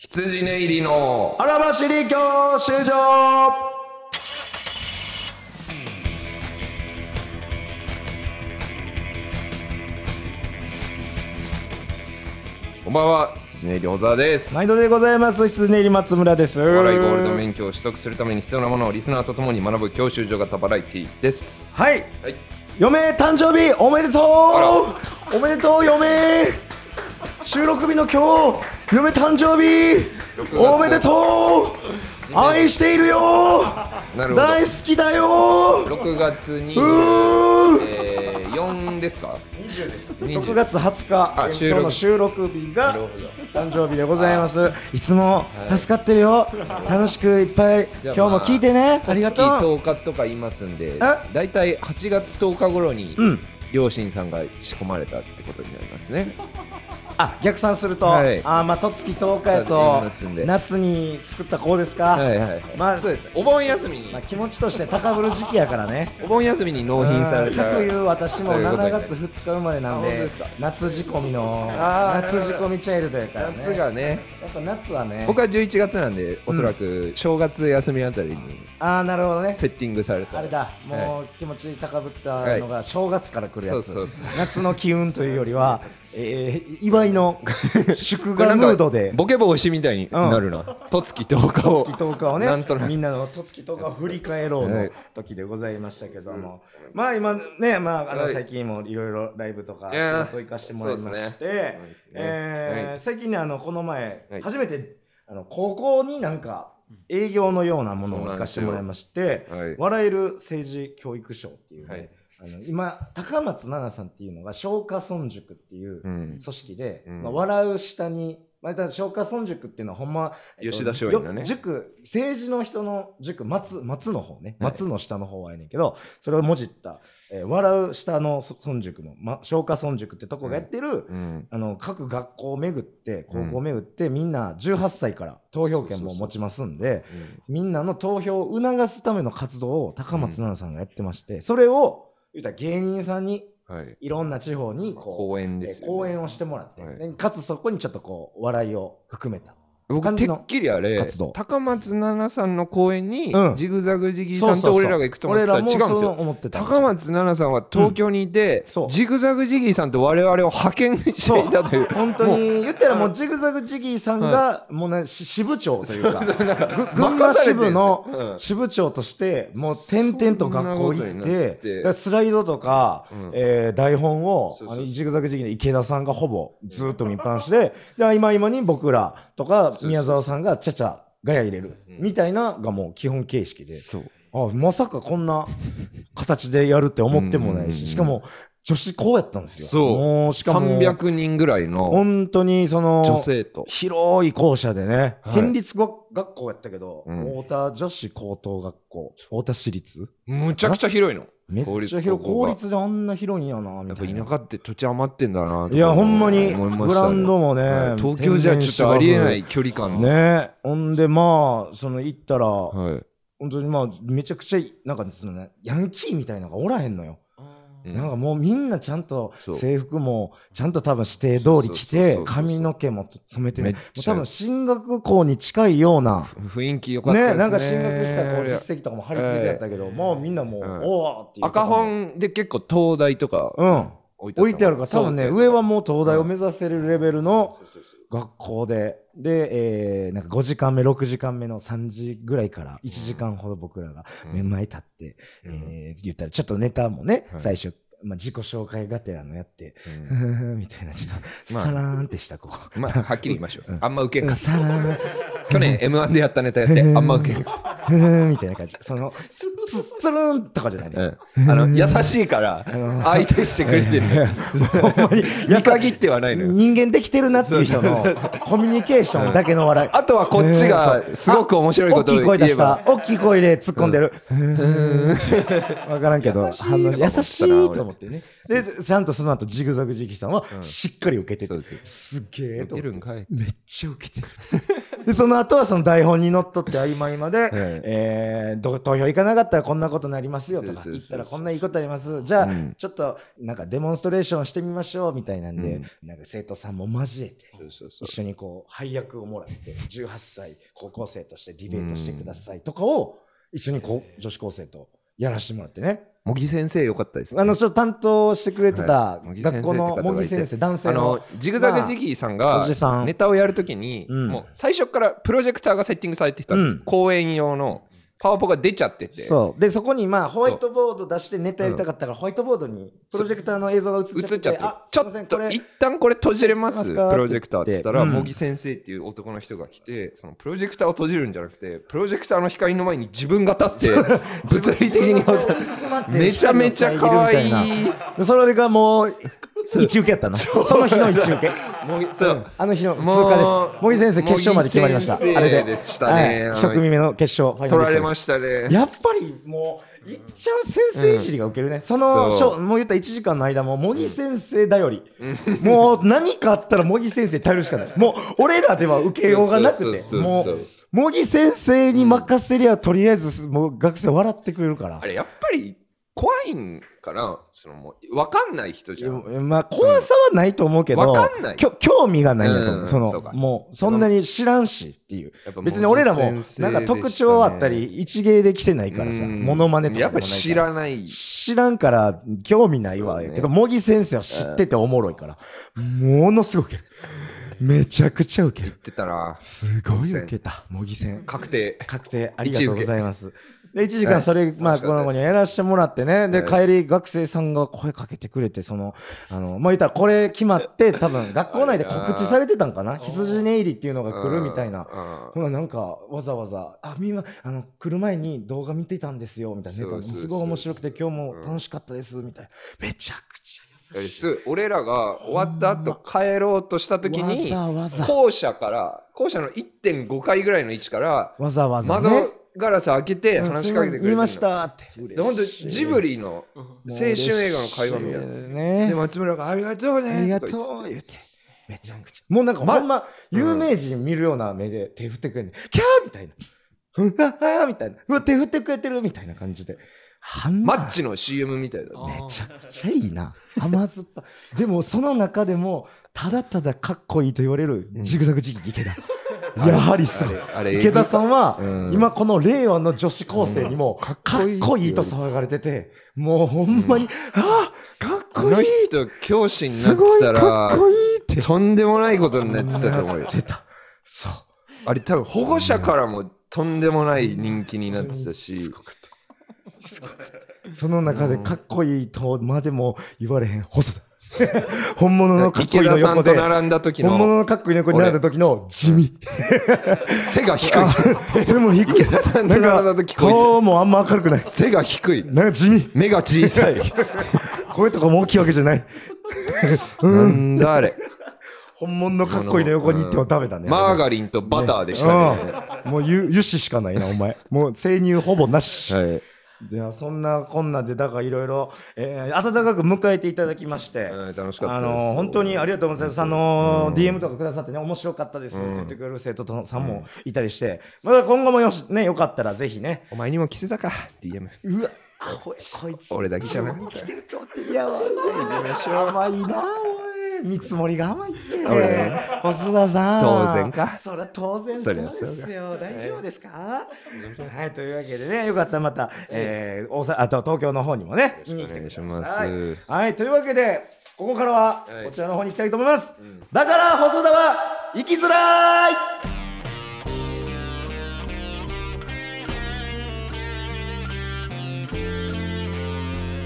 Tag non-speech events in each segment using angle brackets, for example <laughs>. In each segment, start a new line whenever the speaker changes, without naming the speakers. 羊ネイリの
あらばしり教習所
こんばんは羊ネイリ小沢です
毎度でございます羊ねり松村です
お笑いゴールド免許を取得するために必要なものをリスナーとともに学ぶ教習所型バラエティです
は
は
い
い
嫁誕生日おめでとうおめでとう嫁収録日の今日嫁誕生日
月
おめでとう愛しているよ
なるほど
大好きだよ
6月に、
うー
えー、4ですか20です
6
20
月20日
あ
えー
収録
今日の収録日が
なるほ
誕生日でございますいつも助かってるよ楽しくいっぱい
じゃ
今
あ
日も聞いてねありがとう
月10日とか言いますんで
え
だいたい8月10日頃に、
ん
両親さんが仕込まれたってことになりますね
あ逆算するとあ
はい
ーまあと月10日や
そうですね
と
夏
夏に作った子ですか
はいはいはい
まあ
そうですお盆休みに、
まあ気持ちとして高ぶる時期やからね
お盆休みに納品された
かくいう私も
ということ
7
で
月2日生まれなん
あ本当で
です
か
夏仕込みの
あー
夏仕込みチャイルドやからね
夏がね
やっぱ夏はね
僕は11月なんでおそらく正月休みあたりに
ああなるほどね
セッティングされた
あれだ、も
は
う気持ち高ぶったのが正月から来るやつ、
そうそうそう
夏の機運というよりは、えー、祝いの祝
いこれ
賀
<laughs> なん
ム
か
ードで、
ボケ防止みたいになるなとつき10日を
月10日をね
なんとな
み
く
んなのとつき10日を振り返ろう
は
の
い
時でございましたけども、まあ今ね、まあ、あの
はい
最近もいろいろライブとか
いやー
仕事行かしてもらいま
そうで
し
す
て、
そうですね
えー
はい
最近ねあのこの前、
はい
初めてあの高校になんか営業のようなものを行かしてもらいまして、
そうなんですよはい
笑える政治教育賞っていうね、
はい
あの今高松奈々さんっていうのが松下村塾っていう
うん
組織で、
うん
まあ、笑う下に、まあ、だから松下村塾っていうのはほんまえっと
吉田松陰のね
よ塾政治の人の塾松松の方ね
はい
松の下の方はやねんけど、それをもじった、えー笑う下のそ村塾の、ま、松下村塾ってとこがやってる、
うん
あの各学校を巡って高校を巡って、みんな18歳から投票権も持ちますんでみんなの投票を促すための活動を高松菜奈さんがやってまして、それを言ったら芸人さんに
うんはい
いろんな地方にこう
公演ですよ
え
ね
ー講演をしてもらって、
はい
でかつそこにちょっとこう笑いを含めた
僕
感
て
じの
っきりあれ
活動
高松菜奈さんの公演に
うん
ジグザグジギーさんと俺らが行くと思ってたら違うんです
俺らもそう
よ
思ってたんですよ
高松菜奈さんは東京にいて、
そう
ジグザグジギーさんと我々を派遣していたという
本当に言ったらもうジグザグジギーさんがもうねし支部長という
<laughs>
かぐ群馬
任さ
支
れてる
部
う
の
ん
支部長としてもう点々と学校
そんな
行
こ
っ
とになって
て
て
だからスライドとか
うん
えー台本を
そう
あ
そう
のジグザグジギーの池田さんがほぼずっと見っぱなしでで今今に僕らとか
そう
宮沢さんがちゃちゃガヤ入れる
うん
みたいながもう基本形式で
そう
あまさかこんな形でやるって思ってもない
うんうんうん
ししかも女子校やったんですよ
そう
もうしかも
300人ぐらいの
本当にその
女性と
広い校舎でね、
はい
県立ご学校やったけど、
うん
太田女子高等学校太田市立
むちゃくちゃ広いの
めっ
公立
ちゃ広い
高校
公
が
立であんな広いんやな
や
み
ったぱ
いな
田舎って土地余ってんだなとか
いやほんまに
思いましたね
グラウンドもね、
はい東京じゃちょっとありえない距離感の
ねほんでまあその行ったら、
はい
本当にまあめちゃくちゃいなんかそのねヤンキーみたいなのがおらへんの
う
よ、
ん
なんかもうみんなちゃんと
そう
制服もちゃんと多分指定通り着
そう
て
そうそうそう
髪の毛も染めて
めっ
ね
ちゃ
もう多分進学校に近いような
雰囲気良かったです
ね
ね
なんか進学したこう実績とかも貼り付いてあったけど、もうみんなもう、
うん
おおっていう
赤本で結構東大とか
うん
置いて
置いてあるから多分ね上はもう東大を目指せるレベルの
そうそうそう
学校でで、えーなんか5時間目6時間目の3時ぐらいから1時間ほど僕らが
うん
目の前に立って、
うん
えー言ったらちょっとネタもね、
はい
最初、まあ、自己紹介がてらのやって、
うん
ふふふみたいなちょっと
まあ
さらーんってしたこう。
まあはっきり言いましょうあんまウケん
う
か
ん
っ
さらーん
た去年 M1 でやったネタやってあんまウケんかっ
ふふみたいな感じそのつつつるんとかじゃないね
たうんあの優しいから相手してくれてる
ほん
<laughs>
まに
見限ってはないのよ
人間できてるなっていう人のコミュニケーションだけの笑い。
あとはこっちが
うん
すごく面白いことを
大きい声出
言え
し
ば
た。大きい声で突っ込んでる。わからんけど、
優しい
反応優しいと思ってね。
俺
で、ちゃんとその後、ジグザグジギーさんはしっかり受けて
そう
て
で、
すげえ
ウ
と
ケ
思
る
っ
ん
て。
かい
めっちゃ受けてる。 <laughs> でその後はその台本にのっとって曖昧まで、
はい
えーど投票行かなかったらこんなことになりますよとか
そうそうそうそう
行ったらこんないいことありますじゃあ、
うん
ちょっとなんかデモンストレーションしてみましょうみたいなんで、なんか生徒さんも交えて
そうそうそう
一緒にこう配役をもらって18歳高校生としてディベートしてくださいとかを一緒にこう女子高生とやらせてもらってね
茂木先生良かったですね
あのちょっと担当してくれてた
はい茂木先生
学校の
って方
茂
がい
木
て
先生男性
あ
の
のジグザグジギーさん
お
が
じさん
ネタをやるときに、
うん
もう最初からプロジェクターがセッティングされてきたんです、
うん
公演用のパワポが出ちゃってて
そうでそこにまあホワイトボード出してネタやりたかったから、ホワイトボードにプロジェクターの映像が映っ
映っ
ちゃって
ちゃって
あ
ちょ
すいませ
っ
んことれ
一旦これ閉じれます
閉
プ
じれますか
ロジェクターっつったら
って言っ
茂
て
木先生っていう男の人が来てそのプロジェクターを閉じるんじゃなくてプロジェクターの光の前に自分が立って物理的に
自分の顔に迫って
めちゃめちゃ可愛い
光の遮るみたな <laughs> それがもう一受けやったなその日の一受け
<laughs> そう
あの日の通
もう
過です茂木先生決勝まで決まりました
茂木先生
あれで
でしたね
はい、1組目の決勝ファイナ
取
リ
ら
スト
れ
です
ましたね
<laughs> やっぱりもういっちゃん先生いじりが受けるね、その
そう
ショーもう言った1時間の間も茂木先生頼り、もう何かあったら茂木先生に頼るし
<laughs>
かないもう俺らでは受けようがなくて
そうそうそうそう
もう茂木先生に任せりゃとりあえずもう学生笑ってくれるから
あ。れやっぱり怖いんかなそのもう分かんない人じゃん
いやまあ、怖さはないと思うけど、
わかんない
きょ興味がないんだと思う。
うん
その
そうか
もう、そんなに知らんしっていう
やっぱ。
別に俺らも、
森先生
な
で
ん
した
か
ね
特徴あったり、一芸で来てないからさ、
うん
モノマネとかで
や
も
っ
な
ぱ
いから
知らない
知らんから興味ないわ
そうね
やけど、茂木先生は知ってておもろいから、ものすごくウケる。めちゃくちゃウケる。
ってたら
すごいウケた、茂木戦。
確定
確定、ありがとうございます。で、1時間それ、まあ、
楽し
こ
かった
の
です
子にやらしてもらってね、で、
は
帰り、学生さんが声かけてくれて、その、あの、まあ、言ったら、これ決まって、多分、学校内で告知されてたんかな羊寝入りっていうのが来るみたいな。
な
ほらなんかわざわざ「あみんなあの来る前に動画見てたんですよ」みたいなネタ
そう
も
そうそう
すごい面白くて今日も楽しかったです」みたいなめちゃくちゃ優しい。
俺らが終わった後帰ろうとした時
わ
に
ざわざ
校舎から校舎の1.5階ぐらいの位置から
わざわざね
窓ガラス開けて話しかけてくれてるの
言いましたって
でほんとジブリの青春映画の会話みたいな
ね
で松村が「ありがとうね」
ありが
とか言って
とう言ってめちゃくちゃもうなんかほんま有名人見るような目で手振ってくれるねキャーみたいなふんははみたいなうわ手振ってくれてるみたいな感じではん
マ
な
ッチの CM みたいだね
めちゃくちゃいいな甘酸っぱいでもその中でもただただかっこいいと言われるジグザグジギー池田、やはりすごい
あれ
池田さんは、
うん
今この令和の女子高生にもかっ
こいい
こいいと騒がれててもうほんまに、ああかっ
あ
こ
の
いい
人教師にな
す
って
ごい
た
からっこいいって
とんでもないことになってたと思う
な
よ
ってたそう
あれ多分保護者からもとんでもない人気になってたし
その中でかっこいいとまでも言われへん細田 <laughs> 本物のかっこいい
池
の
田さ
横
んと
で
並んだ時
本物
の
のかっこいいの横に並んだ時の地味
背が低い
それも低い。池
田さんと並んだ時こいつ
顔もあんま明るくない。
背が低い
なんか地味。
目が小さい
声とかも大きいわけじゃない。
なんだあれ
本物のかっこいいの横に行ってもダメだね。
マー
ガ
ガリンとバターでしたね
もうゆ油脂しかないな、お前。もう生乳ほぼなし。
はい
いやそんなこんなでだからいろいろえー温かく迎えていただきまして、
ん楽しかったです
あの本当にありがとうございますあの DM とかくださってね面白かったですって言ってくれる生徒さんもいたりして、まだ今後もよしねよかったらぜひね
お前にも着てたか DM
うわアホやこいつ
俺だけじゃなかっ
生きてると思っていやおい甘いなおい見積もりが甘いって細田さん
当然か
そりゃ当然そ
そうりゃ
で
そうだ
すよ大丈夫ですかはいというわけでねよかったらまた、えー、大阪あと東京の方にもね見に来てください
お願いします
はいというわけでここからはこちらの方に行きたいと思います、だから細田は生きづらい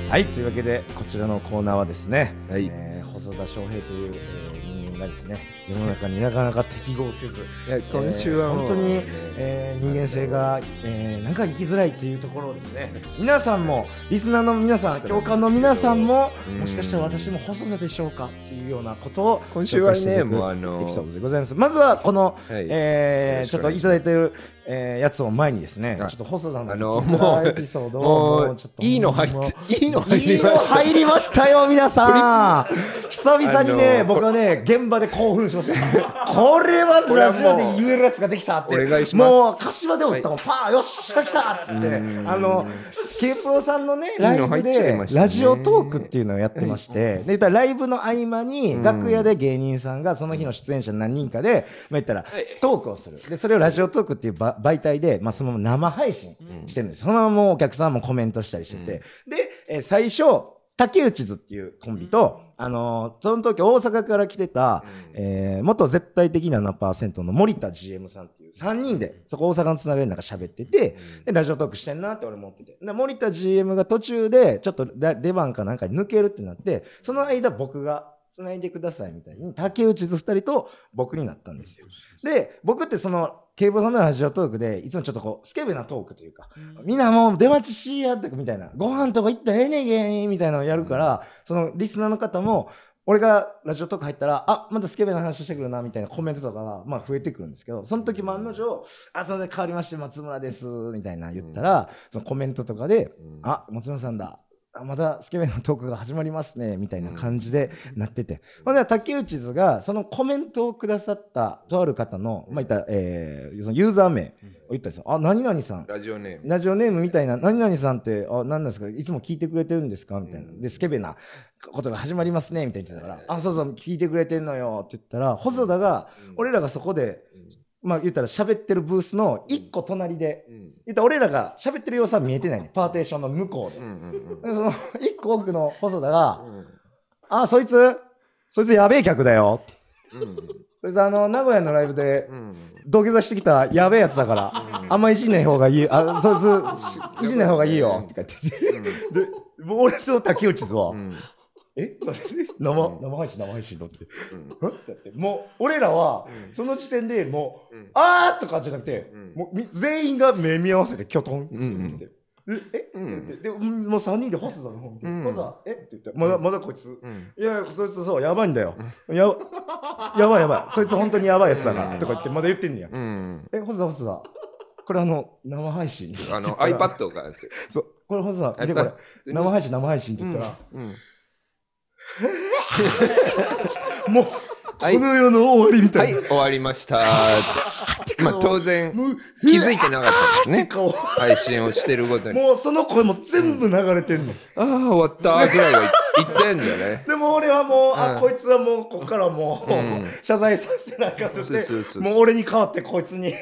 はいというわけでこちらのコーナーはですね、
はい
えー細田翔平という、えー人間がですね世の中になかなか適合せず
いや今週はもう
えー本当に
ね、
えー人間性が、えーなんか生きづらいというところをですね皆さんもリスナーの皆さん共感の皆さんも
うん
もしかしたら私も細田でしょうかっていうようなことを
今週はね
紹介していただく
もうあの
エピソードでございますまずはこの、
はい
えー
よろし
ちょっ
くお
と
願い
い
します
ただいてる、えーやつを前にですねちょ
あ
っと細田の
あの
生きづらいエピソード
も
を
う
ちょっと
いいの入っ
もう
ていいの入
い
り
<laughs> いの
ました <laughs>
入りましたよ、皆さん。久々にね、僕はね、現現場で興奮しました。 <laughs> これはラジオで言えるやつができたって。
お願いします
もう、柏でおったもん、パー、よっしゃ、来たっつって、あの、K プロさんのね、ライブ
いいの入っちゃい
で
まし、たね
ラジオトークっていうのをやってまして、で、言ったらライブの合間に、楽屋で芸人さんが、その日の出演者何人かで、まあ言ったら、トークをする。で、それをラジオトークっていうば媒体で、まあそのまま生配信してるんです。そのままもうお客さんもコメントしたりしてて。で、えー最初、竹内図っていうコンビと、あのーその時大阪から来てた、えー元絶対的な7%の森田 GM さんっていう3人で、そこ大阪のつながりなんか喋ってて、で、ラジオトークしてんなって俺も思ってて。で、森田 GM が途中で、ちょっとだ出番かなんかに抜けるってなって、その間僕が、繋いでくださいみたいに、竹内図二人と僕になったんですよ。で、僕ってその、ケイボさんのラジオトークで、いつもちょっとこう、スケベなトークというか、みんなもう出待ちしやってみたいな、ご飯とか行ったらええねん芸人みたいなのをやるから、そのリスナーの方も、俺がラジオトーク入ったら、あ、またスケベな話してくるな、みたいなコメントとかが、まあ増えてくるんですけど、その時も案の定、あ、それで変わりまして、松村です、みたいな言ったら、そのコメントとかで、あ、松村さんだ。あまたスケベのトークが始まりますね、みたいな感じでなってて。ほんで、竹内図が、そのコメントをくださった、とある方の、まあ、いった、えー、そのユーザー名を言ったんですよ。あ、何々さん。
ラジオネーム。
ラジオネームみたいな、何々さんって、あ、何なんですかいつも聞いてくれてるんですかみたいな。で、スケベなことが始まりますね、みたいな言ってたから、あ、そうそう、聞いてくれてんのよ、って言ったら、細田が、俺らがそこで、まあ言ったら喋ってるブースの一個隣で、
うん
言ったら俺らが喋ってる様子は見えてないね。パーテーションの向こうで
う。んうん
でその一個奥の細田が
う、んうん
あ、そいつ、そいつやべえ客だよ。
うん
そいつあの、名古屋のライブで
う、ん
土下座してきたやべえやつだから、あんまいじんない方がいい。あ、そいつ、いじんない方がいいよ。って言って。で、もう俺と竹内図は、
うんうん
え <laughs> 生、生配信、生配信のって。
うん
えってやって、もう、俺らは、その時点でもう、
うん
あーとかじゃなくて、
うん
もうみ、全員が目見合わせて、キョトンって言ってて。ええ、
うん
って言ってで、もう3人で細田の方見て、
うん
細田、えって言って、まだ、まだこいつ、
うん
いやいや、そいつそう、やばいんだよ。やば、やばいやばい。そいつ本当にやばいやつだか
う
ら。
ん
とか言って、まだ言ってんねや。
うん
え、細田細田。これあの、生配信。
あの iPad があるんですよ。
そう、これ細田、見てこれ
iPad。
生配信、生配信って言ったら、
うんうん
もう、こ
はい
の世の終わりみた
はいい
な。
終わりました。まあ当然気づいてなかったですね。
顔。
配信をしてることに。
もうその声も全部流れてんの。
ああ終わったぐらいは言ってんだよね。
でも俺はもう、あ、
うん
こいつはもう、こっからもう、謝罪させなあかんとし
そうそう
て、
そう
もう俺に代わってこいつに、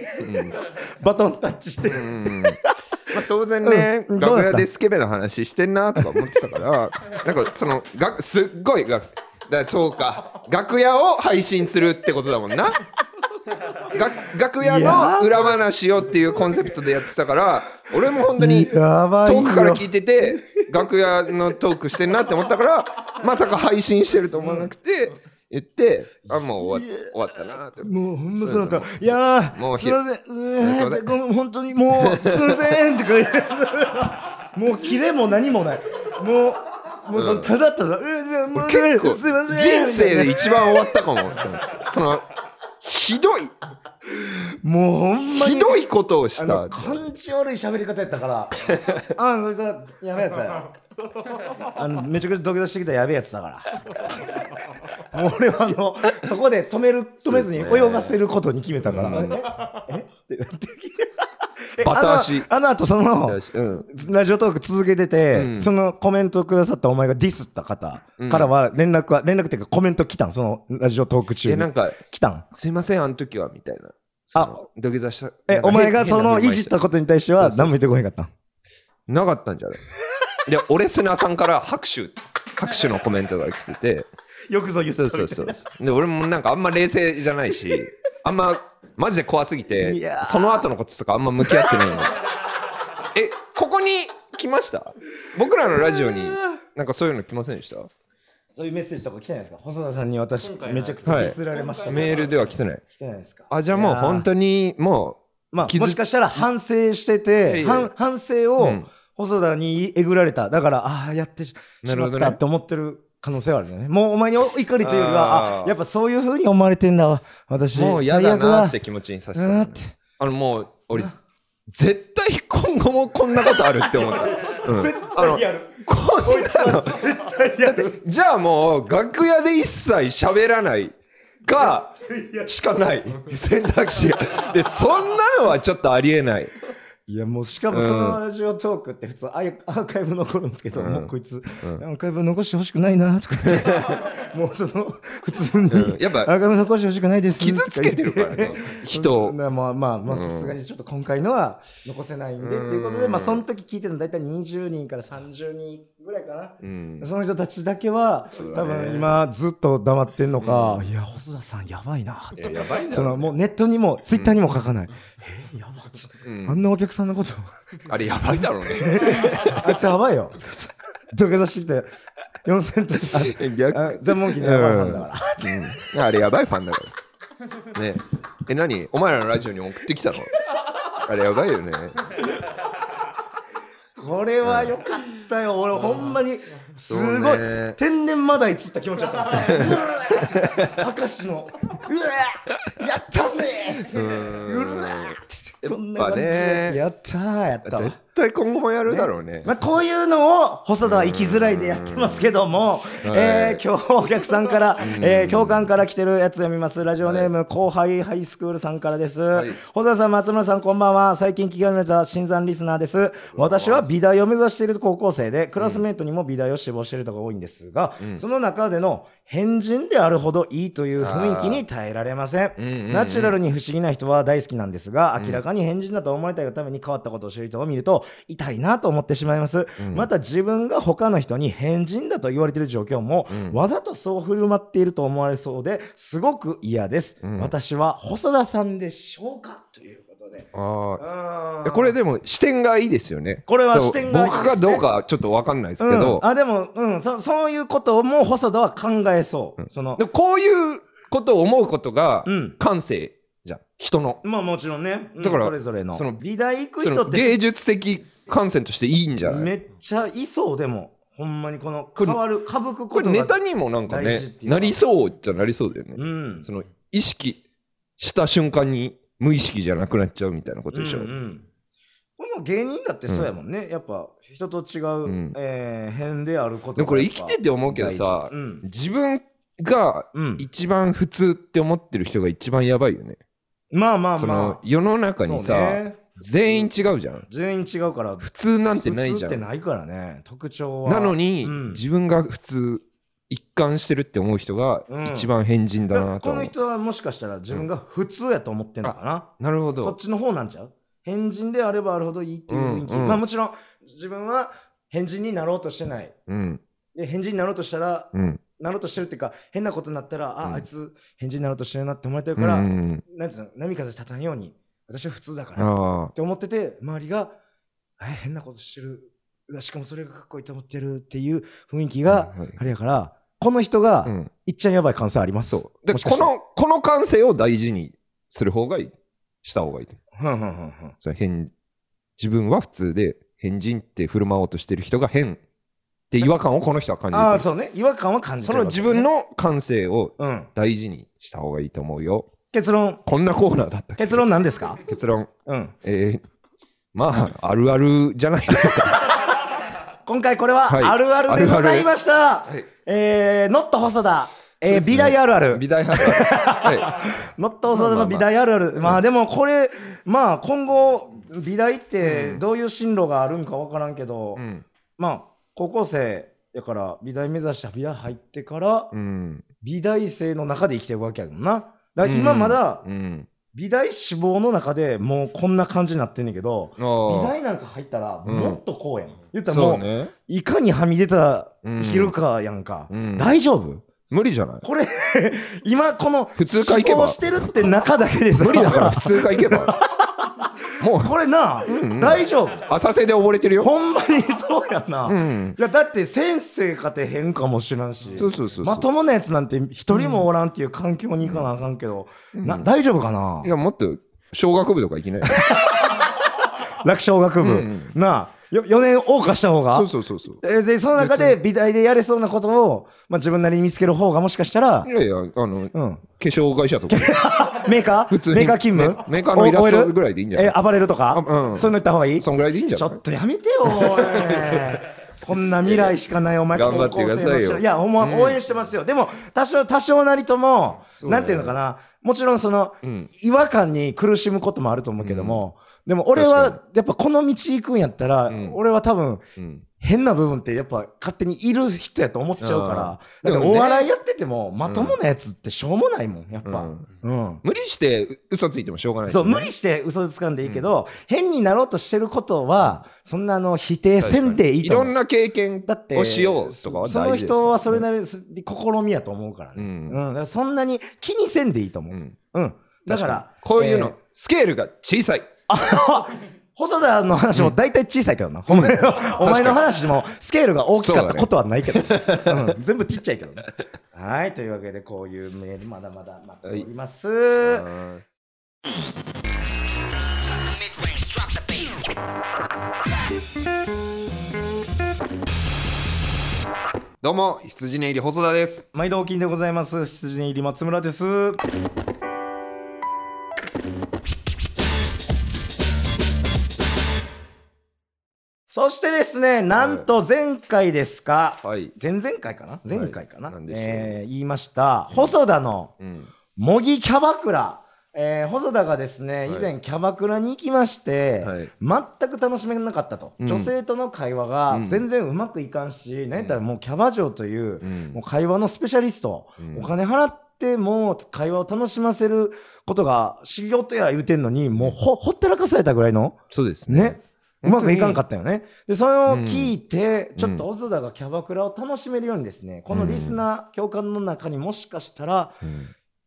バトンタッチして、
まあ、当然ね、
うんどう
楽
だっ
屋
た
でスケベな話してんなとか思ってたからなんかそのがすっごい楽だからそうか楽屋を配信するってことだもんな。が楽屋
いや
の裏話をっていうコンセプトでやってたから俺も本当に遠
やばいよ
くから聞いてて楽屋のトークしてんなって思ったからまさか配信してると思わなくて言ってあもう終わ終わったなと
もうほんまそうだった。いやー、
もう
す
ひ
いません。う
すい
ー
ま
ん
せん
ごめん、本当にもう、すいませんとか言う。もう、キレも何もない。もう、もうその、ただただ、うん、もう、すい
結
ませ
構
ん。
人生で
みたい
一番終わ <laughs> ったかもそのひどい
なもう、ほんまに。
ひどいことをした
あの、感じ悪い喋り方やったから、あそいつはやべえやつだよ。あの、めちゃくちゃドキドキしてきたやべえやつだから。もう俺はあの、そこで止める、止めずに
そうですね
泳がせることに決めたから、ええってなって。え
バタ足
あのあの後その
うん
ラジオトーク続けてて、
ん
そのコメントをくださったお前がディスった方からは連絡は、連絡っていうかコメント来たんそのラジオトーク中に
えなんか
来たん
すいませんあの時はみたいなその土下座した
え
なんか
お前が
変
そ
変な
の
振る舞
い
い
じ
し
ったことに対しては何も言ってこへんかったん
なかったんじゃない <laughs> で俺砂さんから拍手拍手のコメントが来てて
よくぞ言
そうそうそうで俺もなんかあんま冷静じゃないしあんまマジで怖すぎ
い
て
やー
その後のこととかあんま向き合ってないのえここに来ました僕らのラジオになんかそういうの来ませんでした
そういうメッセージとか来てないですか細田さんに私
今回は
めちゃくちゃディスられました、
メールでは来てない
来てないですか
あじゃあもう本当にもう
まあ、もしかしたら反省して
いやい
て、
や
反反省
う
を
ん
細田にえぐられた。だから、ああ、やってし
な
し
る
ま
ほ
っ
どね
たって思ってる可能性はあるよね。もうお前にお怒りというよりは、
あ
あ
ー
やっぱそういう風に思われてんだわ。私、
もう嫌
最
だ
悪だ
なって気持ちにさせた、
うわ
ね
ーって、
あのもう俺絶対今後もこんなことあるって思った、うん、あの
る。
こんなの
絶対やる。
じゃあもう楽屋で一切喋らないか、しかない。選択肢が。で、そんなのはちょっとありえない。
いやもうしかもそのラジオトークって普通アイアーカイブ残るんですけど、
うん
もうこいつ、
うん
アーカイブ残してほしくないなとか言ってもうその普通に、
うんやっ
ア
ぱ、
ーカイブ残してほしくないです
傷つけてるからね、人を。
まあまあまあまあ
うん
さすがにちょっと今回のは残せないんでって
うん
いうことでまあその時聞いてるの大体20人から30人ぐらいかな
うん
その人たちだけは
そう
多
だね
分今ずっと黙ってんのかいや細田さんやばいなって
いややばいんだ
そ
ろ
のもうネットにもツイッターにも書かないえやば
う
あ
ん
んなお客さん
<laughs>
のこと
あれやばいだろうね。
あいつやばいよ土下座してて4000とああザ・モンキーのやばいファンだから
うんあれやばいファンだから。ねえ、え何お前らのラジオに送ってきたのあれやばいよね。
これは良かったよ、俺ほんまにすご
そ、
いう
ね
天然マダイ釣った気持ちだった <laughs> うわー <laughs> 明石のうわーやったぜうわーってこんな感じ
やっぱ
で
ね
やったーやったわ
絶対今後もやるだろうね。
まあ、こういうのを細田は生きづらいでやってますけども、えー今日お客さんから、えー教官から来てるやつ読みますラジオネーム、後輩ハイスクールさんからです、
い
細田さん松村さんこんばんは最近聞き始めた新参リスナーです私は美大を目指している高校生でクラスメートにも美大を志望している人が多いんですが、その中での変人であるほどいいという雰囲気に耐えられません、
んうんうん
ナチュラルに不思議な人は大好きなんですが、明らかに変人だと思われたいがために変わったことを知る人を見ると、痛いなと思ってしまいます。また自分が他の人に変人だと言われている状況も、わざとそう振る舞っていると思われそうで、すごく嫌です。私は細田さんでしょうかということで。
あ
う
あ
ーん
いやこれでも視点がいいですよね。
これは
そう
視点がいいですね
僕がどうかちょっとわかんないですけど
うん、あでも、うんそ、そういうことも細田は考えそう。その
でもこういうことを思うことが
うん
感性じゃん。人の。
まあもちろんね、うん
だから
それぞれの
その
美大行く
そ
人
の
って
芸術的感性としていいんじゃない
めっちゃいそうでもほんまにこの
れ
変わる歌舞く
こ
こ
れ
と
ネ
が
タにもなんか
大
ね
事っていうか
なりそうじゃなりそうだよね。
うん
その意識した瞬間に無意識じゃなくなっちゃうみたいなことでしょ。
うんうんこの芸人だってそうやもんね、やっぱ人と違う、
ん
えー変であること
でもこれ生きてて思うけどさ、
大事うん
自分が
うん、
一番普通って思ってる人が一番やばいよね。
まあまあ
そ
ま
の世の
あ
中に
そう
さ、
ね
全員違うじゃん。
全員違うから
普通なんてないじゃ
普通って
ん。
ないからね特徴は
なのに、
うん
自分が普通一貫してるって思う人が
うん
一番変人だなと
こ
思う
の人はもしかしたら自分が普通やと思ってんのかな、
なるほ
そっ
ど。
ちの方なんちゃう変人であればあるほどいいっていう雰囲気、
うんうん
まあもちろん自分は変人になろうとしてない
うん。
で変人になろうとしたら
うん。
なろうとしてるっていうか変なことになったらあ、
うん
あいつ変人になろうとしてるなって思われてる
う
から、
ん。
なんつうの波風立たんように私は普通だからっ
あ
て思ってて周りがえ変なことしてるうわしかもそれがかっこいいと思ってるっていう雰囲気
あ。
が
はい
あれやからこの人が、
うん。
いっちゃんやばい感性あります
そう。で、
もしか
こ
したら
の、この感性を大事にする方がいい。した方がいい。
ふんふんふんふん
その変、自分は普通で、変人って振る舞おうとしてる人が変って違和感をこの人は感じ
ああ
て
そうね違和感は感
る。
じ
そ
てる
の
わけ
自
ね
分の感性を
うん
大事にした方がいいと思うよ。
結論
こんなコーナーだったっけ
結論なんですか
結論。
うん
えー、まあ、あるあるじゃないですか。
今回これは
はい
あるあるでございまし
あ
た。
るあるです
えー、ノット細田、えー
そうですね
美大あるある。
美大派。は
ノット細田の美大あるある。まあでもこれ、まあ今後、美大ってどういう進路があるんかわからんけど、
い。うん。
まあ高校生やから美大目指して美大入ってから
うん。
美大生の中で生きていくわけやもんな。だから今まだ
うん。
美大志望の中でもうこんな感じになってんねんけど、
美
美大なんか入ったらもっとこうやん。言ったらも
そううね。
いかにはみ出たら
うん
生きるかやんか、
うん
大丈夫
無理じゃない
これ <laughs> 今この
普通科行けば
死亡してるって中だけです
無理だから普通科行けば。もう、
<laughs> これなあ、
うん
大丈夫
浅瀬で溺れてるよ。
ほんまにそうやな、
う
い
ん。
やだって先生かて変かもしらんし
そうそうそうそう。
まともなやつなんて一人もおらんっていう環境に行かなあかんけど、な大丈夫かない
や、もっと、小学部とか行きない。
楽勝学部、
うん
なあよ4年謳歌した方が
そうそうそうそう。
えーでその中で美大でやれそうなことを、まあ、自分なりに見つける方がもしかしたら
い、やいや、あの、化
うん、
粧会社とか、
<laughs> メーカー
普通に
メーカー勤務
メメーカーのイラストぐらいでいいんじゃない
え、アパレルとか、
あうん
そういうの言った方がい
<laughs>
い
そんぐらいでいいんじゃ
ちょ
ない
っとやめてよ、おいこんな未来しかないお前
頑張ってくださいよ
高校生の人いやほんま応援してますよでも多少多少なりとも
そうだよ
なんていうのかなもちろんその
うん
違和感に苦しむこともあると思うけどもでも俺はやっぱこの道行くんやったら
うん
俺は多分
うん
変な部分ってやっぱ勝手にいる人やと思っちゃうか
うん
らだって
でもね
お笑いやっててもまともなやつってしょうもないもんやっぱ
うん
うん
無理してう嘘ついてもしょうがないし
そ
ね、
う、無理して嘘つかんでいいけど、変になろうとしてることは、そんなあの否定せんでいい
い
と
ろ
思
ん
う。
な経験
だって、
をしようとかは大事
その
ですよ
人はそれなりに試みやと思うから
う
ね。うんん。だからそんなに気にせんでいいと思
う
う。
ん
うん。だから、
こういうの、
えー
スケールが小さい
細田の話も大体小さいけどな。お前の、お前の話もスケールが大きかったことはないけど。うん
<laughs>
全部ちっちゃいけどね。はい。というわけで、こういうメールまだまだ待っております。
どうも羊ね入り細田です
毎度お金でございます。羊入り松村です。そしてですね、なんと前回ですか、
はい、
前々回かな前回かな、
なんでしょう
えー言いました、細田の
うん、
模擬キャバクラ。えー細田がですね、以
はい
前キャバクラに行きまして、
はい
全く楽しめなかったと、
うん
女性との会話が
うん
全然うまくいかんし、なんやったらもうキャバ嬢という、
うん
もう会話のスペシャリスト、
うん
お金払っても会話を楽しませることが仕事や言うてんのに、もうほほったらかされたぐらいの、
そうです
ね。うま
本当
く
に
いかんかったよね。で、それを聞いて、
ん
ちょっと細田がキャバクラを楽しめるようにですね、このリスナー、共感の中にもしかしたら、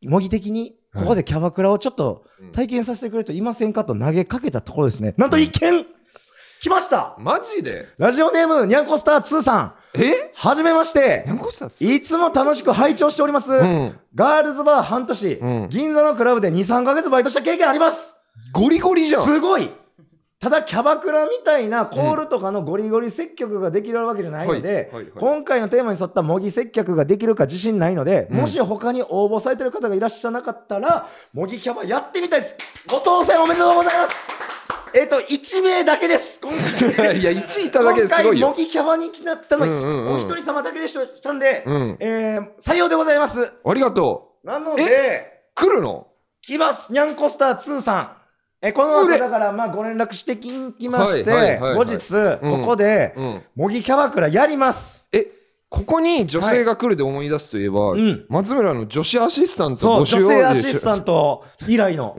模擬的に、ここでキャバクラをちょっと
うん
体験させてくれるといませんかと投げかけたところですね。なんと一件来ました
マジで
ラジオネーム、にゃんこスター2さん。
え
はじめまして。
ヤンコさん
いつも楽しく拝聴しております。
うん
ガールズバー半年、
うん
銀座のクラブで2、3ヶ月バイトした経験あります。
ゴリゴリじゃん
すごいただキャバクラみたいなコールとかのゴリゴリ接客ができるわけじゃないので、
はいはいはい
今回のテーマに沿った模擬接客ができるか自信ないので、
うん
もし他に応募されてる方がいらっしゃらなかったら模擬キャバやってみたいですご当選おめでとうございますえっ、と1名だけです
<laughs>
今回
いや1位いただけですごいよ
今回模擬キャバになったの、
うんうんうん
お一人様だけでしたんで、
うん
えー採用でございます
ありがと
なので
う来るの
来ますにゃんこスター2さんえこの
う
後
れ
だからまあご連絡してききまして、
はいはいはいはい
後日ここで
うん
模擬キャバクラやります、
えここに女性が来るで思い出すといえば、
いうん
松村の女子アシスタン
そ
ト
う
募集
女
を
性アシスタント以
<laughs>
来の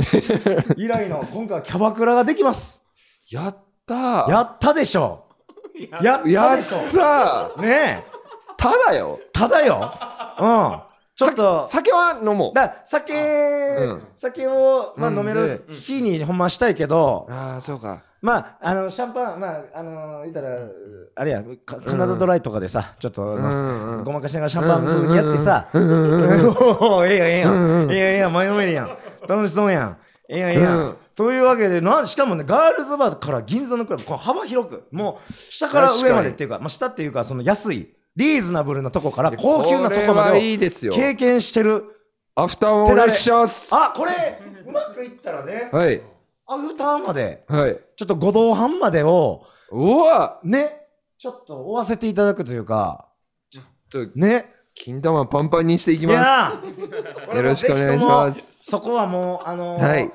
以来の今回はキャバクラができます
やったー
やったでしょやった
や
で
っ
したょ
ー
ねえ
ただよ
ただようんちょっと
酒は飲もう
だ酒、
うん
酒を、まあ、
飲
飲
んで
める日にほんましたいけど、
ああそうか
まあ、あの、シャンパン、まあ、あの、言ったら、あれや、かカナダドライとかでさ、ちょっと、あの
うんうん
ごまかしながらシャンパン風にやってさ、おーええやん、ええやん、ええやん、ええやん、前のめりやん、楽しそうやん、ええやん、ええや
うん
ん。というわけで、なんしかもね、ガールズバーから銀座のクラブ、こう幅広く、もう、下から上までっていうか、まあ、下っていうか、その安い、リーズナブルなとこから高級なとこ
これ
ま
はい
で
いです
を
よ
経験してる。
アフターもお願いします
あ、これ、うまくいったらね、
はい
アフターまで、
はい
ちょっと五道半までを、
うわ
ね、ちょっと追わせていただくというか、
ちょっと
ね、
金玉パンパンにしていき
い
ま
やー
すよろしくお願いしま。
これもぜひとも
す
そこはもう、あのー
はい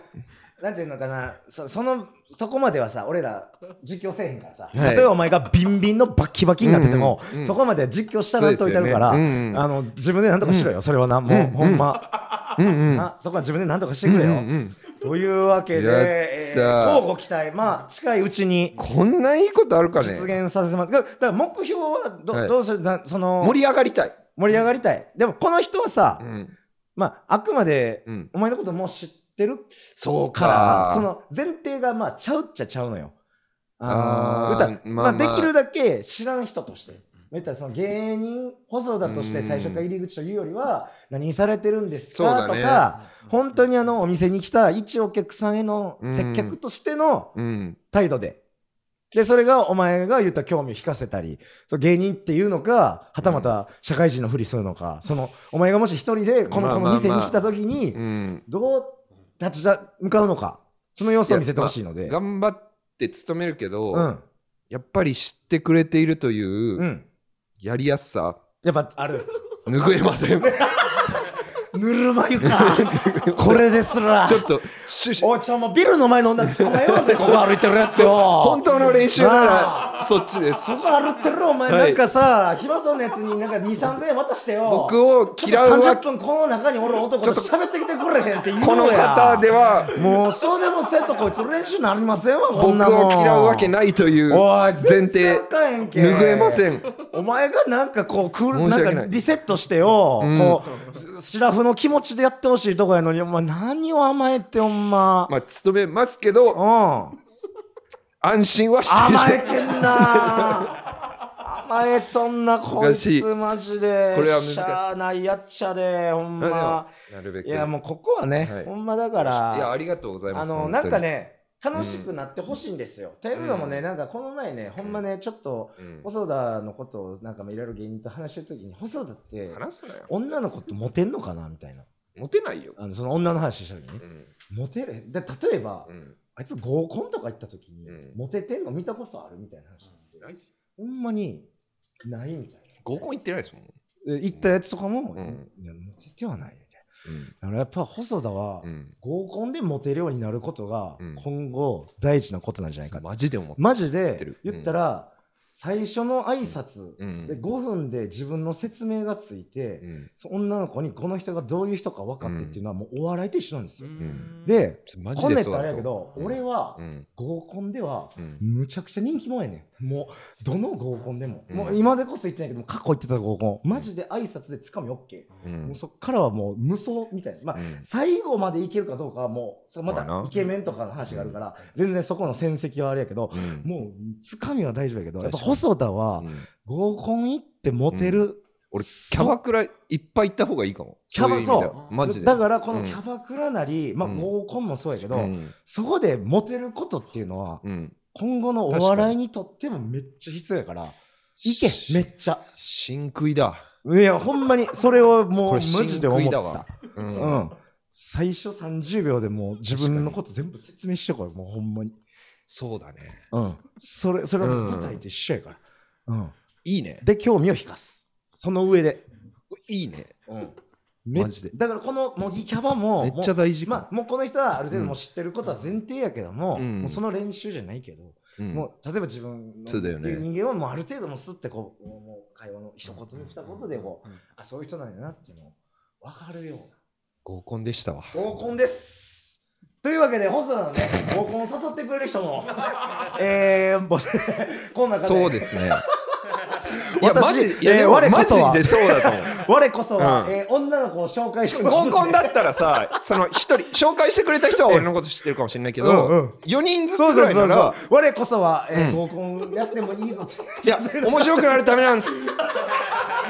なんていうのかな、そその、そこまではさ、俺ら実況せえへんからさ、
はい
例えばお前がビンビンのバッキバキになってても、
うんうんうん
そこまでは実況したなっといてあるから、
そうですよねうんうん
あの自分で何とかしろよ、それはな、もう、
うん
ほんま、
うんうん
なそこは自分で何とかしてくれよ。
うんうん
というわけで、
やったー
えー交互期待、まあ、近いうちに。
こんないいことあるかね
実現させます、だから目標はど,、
はい
どうするなその
盛り上がりたい
盛り上がりたい。でもこの人はさ、
うん
まあ、あくまで
うん
お前のこともう知ってる
そう
から、
か
その前提がまあちゃうっちゃちゃうのよ。
あ
あ
ー
の歌、
ま
ま
あ
あ
まあ
できるだけ知らん人として。言ったらその芸人細田として最初から入り口というよりは何されてるんです
そうだ
か
ね
とか本当にあのお店に来た一お客さんへの接客としての
うん
態度で。で、それがお前が言った興味を引かせたり、その芸人っていうのか、はたまた社会人のふりするのか、その、お前がもし一人でこの
まあ
こ
まあまあ
の店に来た時に
う、ん
どう立ちだ向かうのか、その様子を見せてほしいので。
頑張って勤めるけど、
うん。
やっぱり知ってくれているというう、
ん。
やりやすさ、
やっぱある。
拭えません。
<laughs>
ち
ぬるま
<laughs>
湯か。これですら。
ょっと、し
おい、ちょ、もうビルの前の女捕まえよ
<laughs>
うぜ、ここ歩いてるやつよ。
本当の練習なら、そっちです。
そこ歩ってるお前、
はい
なんかさ、暇そうなやつになんか2、3000円渡してよ。
僕を
ちょっと
嫌うわ
30分この中におる男と喋ってきてくれへんって言う
この方で
は。
は、
もうそうでもせんとこいつ練習なりませんわ、こ
僕
んなもん
を嫌うわけないという
お
前
い全
提
然あかんやんけ
拭えません
お前がなんかこうクール
申し
なん
訳ない
かリセットしてよ、こうシラフの気持ちでやってほしいとこやのにお前何を甘えてほんま、
まあ勤めますけど
うん
安心はしてい
甘え
る
てん <laughs> な甘えとんなこい
難しい
つマジで
これは難しい
しゃあないやっちゃでほんま
なるべく
いやもうここはね、
はい
ほんまだか
いやあ
ら
りがとうございま
あ
す
の
本当
な
に
んかね楽しくなってほしいんですよ、というのもねなんかこの前ねほんまねちょっと
うん
細田のことをなんかいろいろ芸人と話してる時に細田って
話すなよ
女の子ってモテんのかなみたいな
モテないよ
あのその女の話した時にね
うん
モテるで例えば、
うん
あいつ合コンとか行った時に、
うん
モテてんの見たことあるみたいな話
ないっす
ほんまにないみたい
合コン行ってないですもん
な。で行ったやつとかも、
うん
いや、モテてはないみたいな。だからやっぱ細田は、
うん
合コンでモテるようになることが
うん、
今後、大事なことなんじゃないかって。
マジで思って
マジ
て
で
る、
言ったら、最初の挨拶、
うん
で5分で自分の説明がついて、
うん
その女の子にこの人がどういう人か分かってっていうのは、もうお笑いと一緒なんですよ。
ん
で、
マジ
こん
で
ね
そ
っ
う
たらあ
だ
れやけ
と思
ど、
ううん
俺は
うん
合コンでは、
うん
むちゃくちゃ人気もんやねんもうどの合コンでも、
うん
もう今でこそ言ってないけど過去行ってた合コンマジで挨拶でつかみ OK、
うん
もうそっからはもう無双みたいなまあ、
うん
最後までいけるかどうかはもうそれま
まあ
た
な
イケメンとかの話があるから、全然そこの戦績はあれやけど、
うん
もうつかみは大丈夫やけどやっ
確か
ぱ
に
細田は
うん
合コン行ってモテる、
俺キャバクラいっぱい行った方がいいかも
キャバ
そういう意味では
そう
マジで
だからこ
う
の
ん
キャバクラなり、まあ、
うん
合コンもそうやけど、
うん
そこでモテることっていうのは
うん
今後のお笑いにとってもめっちゃ必要やから。いけめっちゃ
真食いだ
いやほんまにそれをもう
こ
マ
れ真
ジで
食
思
い
っ
だわ
た、
う
うんん、最初30秒でもう自分のこと全部説明してこいもうほんまに、
そうだね
うん、それそれはもう舞台と一緒やから、うん、
いいね
で興味を引かすその上で、
これいいね
うん、め
マジで
だからこの模擬キャバも
めっちゃ
も
大事
うまあもうこの人はある程度もう知ってることは前提やけども,、
うん
もうその練習じゃないけど、
うん
もう例えば自分の
そうだよね
っていう人間はもうある程度もうすってこうもう会話の一言二言でこう、あそういう人なんやなっていうのを分かるよう
合コンでしたわ
な合コンですというわけで細田のね合コンを誘ってくれる人も <laughs> えー、ぼこんな
そうです
<laughs>
ねいや
私
マジいや
えー
でも
我こ
マジ
そは
でそうだと思う
我こそは、
うん
えー女の子を紹介して
合コン
だ
だったらさその一人紹介してくれた人は俺のこと知ってるかもしれないけ
うんう
ど
ん
4人ずつ
そ
ぐ
うそう
らいな
そうそう
ら
我こそは、えー
うん
合コンやってもいいぞ
いや面白くなるためなんです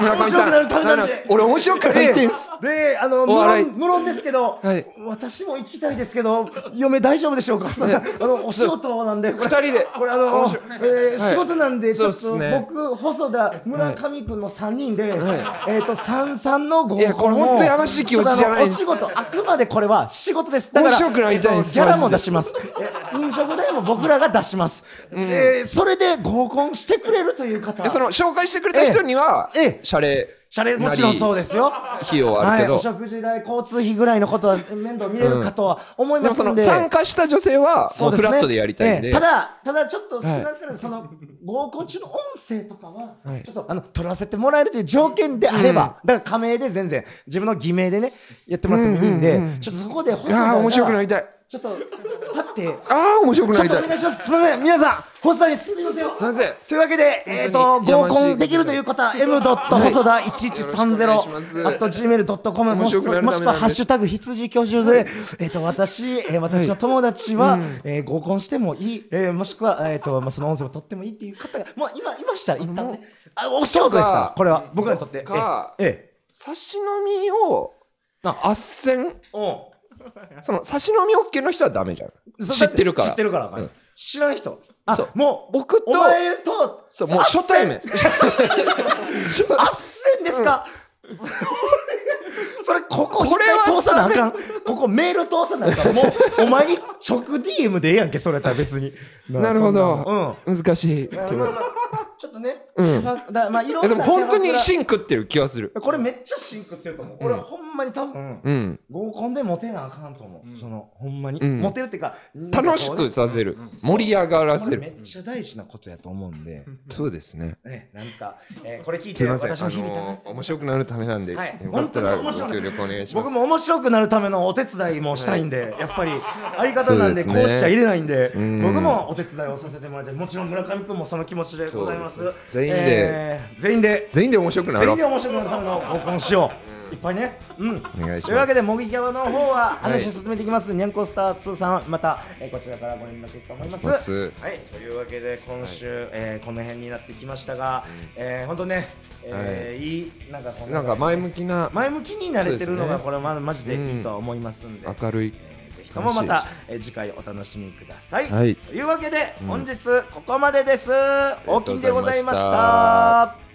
村上さん
面白くなるためな
あ
んで
の俺面白くないってんす
であの
お
無
笑い
論無論ですけど、
はい
私も行きたいですけど嫁大丈夫でしょ
<laughs>
うかそんなあのお仕事なんでこ
二
れ
人で
これあの
面白い、
えー仕事なんでち
そう
ょ
っ
っと
すね
僕細田村上君の3人で、
は
えっ、と三三の合コンを
いやこれ本当やましい気持ちじゃないです
ちょっとあのお仕事あくまでこれは仕事ですだから
面白くなりたいです
えーとギャラ
マ
も
ジで
出しますえ飲食代も僕らが出します、えーそれで合コンしてくれるという方
でその紹介してくれた人には
ええええ
謝礼
謝礼もちろんそう
で
ですよ
費用はあるけど
はい、お食事代交通費ぐらいのことは面倒見れるかとは思い
で
ま
も
す
そ
ん
の
で、
参加した女性は
そ
も
う
うフ
ですね
ラットでやりたいん
え
で
えただただちょっと少なからずその合コン中の音声とかは
はい
ちょっとあの取らせてもらえるという条件であれば、だから仮名で全然自分の偽名でねやってもらってもいいんで、ちょっとそこで細田
ああ
が
面白くなりたい
ちょっと立って
ああ面白く
ち
な
ょ
り
っと
た
お
い
願いしますすみません皆さん細田にすみませんよ
すいません
というわけで、えっ、と、
本当に
合コンできるという方は、m. 細田一一三ゼ
よろ
ロ
しくお願いします
あと
面白くなるためなん
gmail.com もしくは
で
もしくはハッシュタグ羊教習所で、えっ、と私、えー私の友達は、えー合コンしてもいい、えーもしくはえっ、とまあその音声をとってもいいっていう方が、まあ今いましたら一旦ね、あお仕事ですか
と
ら
か
これは僕らにとって、え
とか
ええ
差し飲みをあっせんその差し飲み OK の人はダメじゃん
え
知ってるから
知ってるから、
うん
知らん人、あ
そう
もう
僕と
お前と
そうもう初対面 <laughs>
<laughs> あっせんですか、それここ一回通さなあかんここメール通さなあかんもうお前に直 DM でええやんけそれやったら別に
<laughs> なるほど
そんなの
難しいけ
うんま
ど
あまあちょっとね、
うん
幅だまあいろん
えで
な
も本当に
手
芯食ってる気はする
間これめっちゃシンクってると思う、俺ほんまに多分
うん
合コンでモテなあかんと思う、そのほんまに、
うん
モテるっていうか
楽しくさせる盛り上がら
こ
せ
れめ
る
っちゃ大事なことやと思うんで、
そうですね
ね、なんか、えーこれ聞い
す
て
いませんあ
私も
の
響いたな、
ー面白くなるためなんでよ
はい
かったらご
本当に面白い
協力お願いしま
僕
す
も面白くなるためのお手伝いもしたいんで、やっぱり相方なんで
そ
こ
うですね
うしちゃいれないんで、
うん
僕もお手伝いをさせてもらって、もちろん村上君もその気持ちでございます。
そうですね全員で
えー全員で、
全員で面白くな
全
ろ
員
う
で面白くなるための合コンしよう。いっぱいね。うん。
お願いします
というわけで、模擬キャバの方は
はい
話進めていきます。にゃんこスター2さん、また、えーこちらからご連絡いくと思いま
お願いします
す。はい、というわけで、今週、えーこの辺になってきましたが、えー、ほんとね、えーい、い、なんかこの
なんか前向きな
前向きになれてるの
そうです
が
ね
これまマジでいいとは思いますんで、
明るい
えーぜひともまたえー次回お楽しみください、
はい
というわけで本日ここまでです、大きいでございまし
あ
た